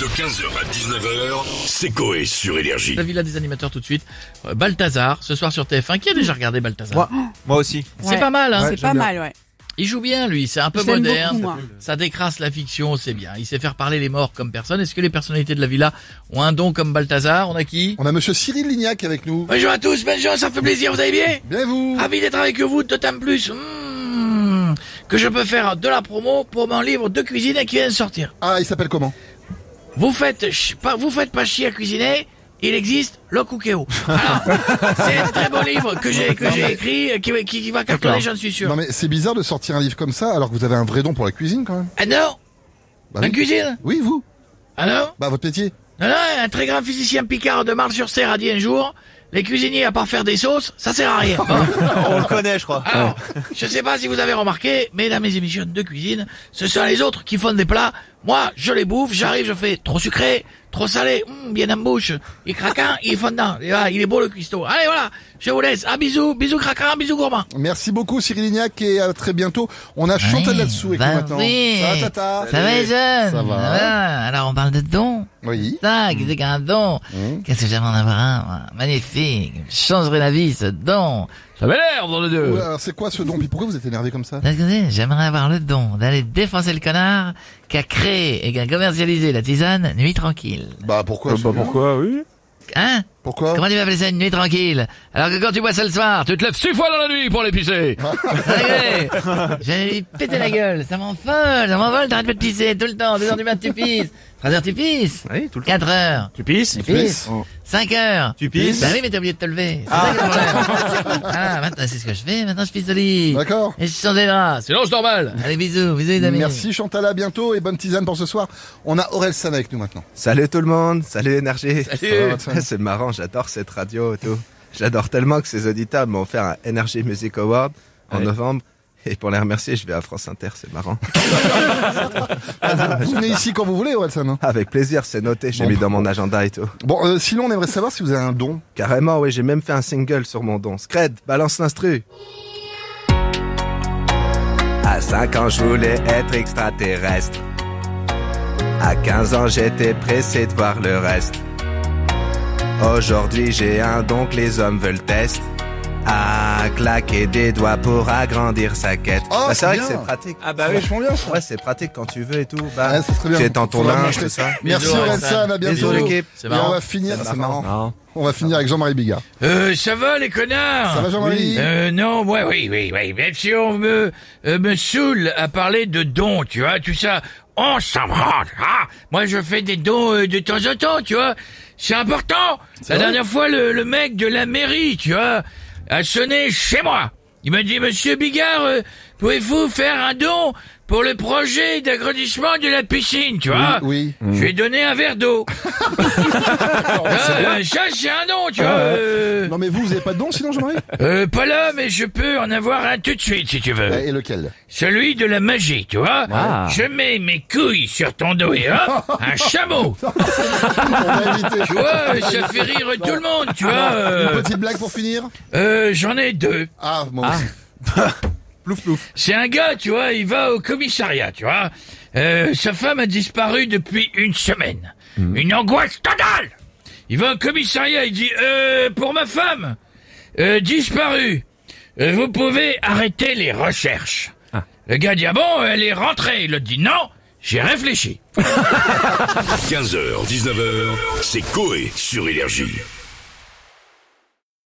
De 15h à 19h, c'est Coé sur Énergie. La villa des animateurs tout de suite. Euh, Balthazar, ce soir sur TF1. Qui a déjà regardé Balthazar Moi, moi aussi. C'est Ouais. pas mal, hein Ouais. C'est pas j'aime bien. mal, ouais. Il joue bien, lui. C'est un peu Je l'aime moderne. beaucoup, moi. Ça décrasse la fiction, c'est bien. Il sait faire parler les morts comme personne. Est-ce que les personnalités de la villa ont un don comme Balthazar On a qui On a monsieur Cyril Lignac avec nous. Bonjour à tous, bonjour, ça fait plaisir, vous allez bien Bien vous Ravi d'être avec vous, d'autant plus hmm, que je peux faire de la promo pour mon livre de cuisine qui vient de sortir. Ah, il s'appelle comment Vous faites, ch- pas, vous faites pas chier à cuisiner, il existe le cookéo. Alors, c'est un très bon livre que j'ai, que j'ai écrit, euh, qui, qui, qui va cartonner, j'en suis sûr. Non mais c'est bizarre de sortir un livre comme ça alors que vous avez un vrai don pour la cuisine quand même. Ah non, Bah en oui. cuisine Oui, vous Ah non Bah votre métier Non, non, un très grand physicien Picard de Marle-sur-Serre a dit un jour, les cuisiniers, à part faire des sauces, ça sert à rien. Bon. On le connaît, je crois. Alors, je sais pas si vous avez remarqué, mais dans mes émissions de cuisine, ce sont les autres qui font des plats. Moi, je les bouffe, j'arrive, je fais trop sucré, trop salé, hum, bien en bouche. Il craquant, il est fondant. Et voilà, il est beau le cuistot. Allez, voilà, je vous laisse. Un bisou, bisous craquant, bisous gourmand. Merci beaucoup Cyril Lignac et à très bientôt. On a Chantal là-dessous avec bah nous maintenant. oui. Ça va, tata Ça va les jeunes Ça va. Mm. Voilà. Alors on parle de dons. Oui. Ça, qu'est-ce qu'un don Mmh. Qu'est-ce que j'aime en avoir un moi Magnifique. Je changerai la vie, ce don. Ça m'énerve dans le deux. Ouais, alors c'est quoi ce don Puis pourquoi vous êtes énervé comme ça D'un autre côté, J'aimerais avoir le don d'aller défoncer le connard qui a créé et qui a commercialisé la tisane Nuit Tranquille. Bah pourquoi absolument oui. Hein Pourquoi Comment tu vas appeler ça une nuit tranquille Alors que quand tu bois ça le soir, tu te lèves six fois dans la nuit pour les pisser Sacré. J'allais lui péter la gueule, ça m'envole, ça m'envole, t'arrêtes pas de pisser tout le temps, 2h du mat tu pisses, 3h tu pisses, Oui, tout le temps. 4h, Tu pisses Oh. tu pisses, 5h, Tu pisses. Bah oui mais t'as oublié de te lever, c'est ça qui est le problème. Ah, maintenant c'est ce que je fais, maintenant je pisse de lit. D'accord. Et je change les draps. Sinon, c'est normal. Allez, bisous, bisous les amis. Merci Chantal, à bientôt et bonne tisane pour ce soir. On a Aurel San avec nous maintenant. Salut tout le monde. Salut Énergie. Ça va, Watson C'est marrant, j'adore cette radio et tout. Je l'adore tellement que ses auditeurs m'ont offert un Energy Music Award en novembre. Et pour les remercier, je vais à France Inter, c'est marrant. Ah, Vous venez ici quand vous voulez Aurel San. hein. Avec plaisir, c'est noté, j'ai Bon. mis dans mon agenda et tout. Bon, euh, sinon on aimerait savoir si vous avez un don. Carrément, oui, j'ai même fait un single sur mon don. Scred, balance l'instru. À 5 ans, je voulais être extraterrestre. À 15 ans, j'étais pressé de voir le reste. Aujourd'hui, j'ai un don que les hommes veulent test. À claquer des doigts pour agrandir sa quête. Oh, Bah, c'est c'est vrai que bien. c'est pratique. Ah bah oui, je bien ça. Ouais, c'est pratique quand tu veux et tout. Ouais, Bah, Ah, ça serait bien. tu es dans ton Faudra linge, montrer. tout ça. Merci Bisous, San. Aurel San, à bientôt. Bisous, l'équipe. C'est Et on marrant. va finir, C'est c'est marrant. marrant. On va finir avec Jean-Marie Bigard. Euh, ça va, les connards Ça va Jean-Marie Euh, non, ouais, oui, oui, oui. Même si on me, euh, me saoule à parler de dons, tu vois, tout ça, on s'en branle, ah Moi, je fais des dons euh, de temps en temps, tu vois. C'est important. La vrai dernière fois, le, le mec de la mairie, tu vois, a sonné chez moi. Il m'a dit, Monsieur Bigard, euh, pouvez-vous faire un don pour le projet d'agrandissement de la piscine, tu vois Euh, Oui. Je lui ai donné un verre d'eau. Ah, ça, c'est un don, tu vois. euh, Non mais vous, vous avez pas de don sinon Jean-Marie euh, pas là, mais je peux en avoir un tout de suite si tu veux. Et lequel Celui de la magie, tu vois. Ah. Je mets mes couilles sur ton dos et hop, un chameau. On va éviter. Tu vois, euh, ça fait rire tout le monde, tu vois. Une euh, petite blague pour finir euh, J'en ai deux. Ah, moi aussi. Plouf, plouf. C'est un gars, tu vois, il va au commissariat, tu vois. Euh, sa femme a disparu depuis une semaine. Une angoisse totale Il va au commissariat, il dit, euh, pour ma femme, euh, disparue, euh, vous pouvez arrêter les recherches. Le gars dit, ah bon, elle est rentrée. L'autre dit, non, j'ai réfléchi. 15h, 19h, c'est Coé sur Énergie.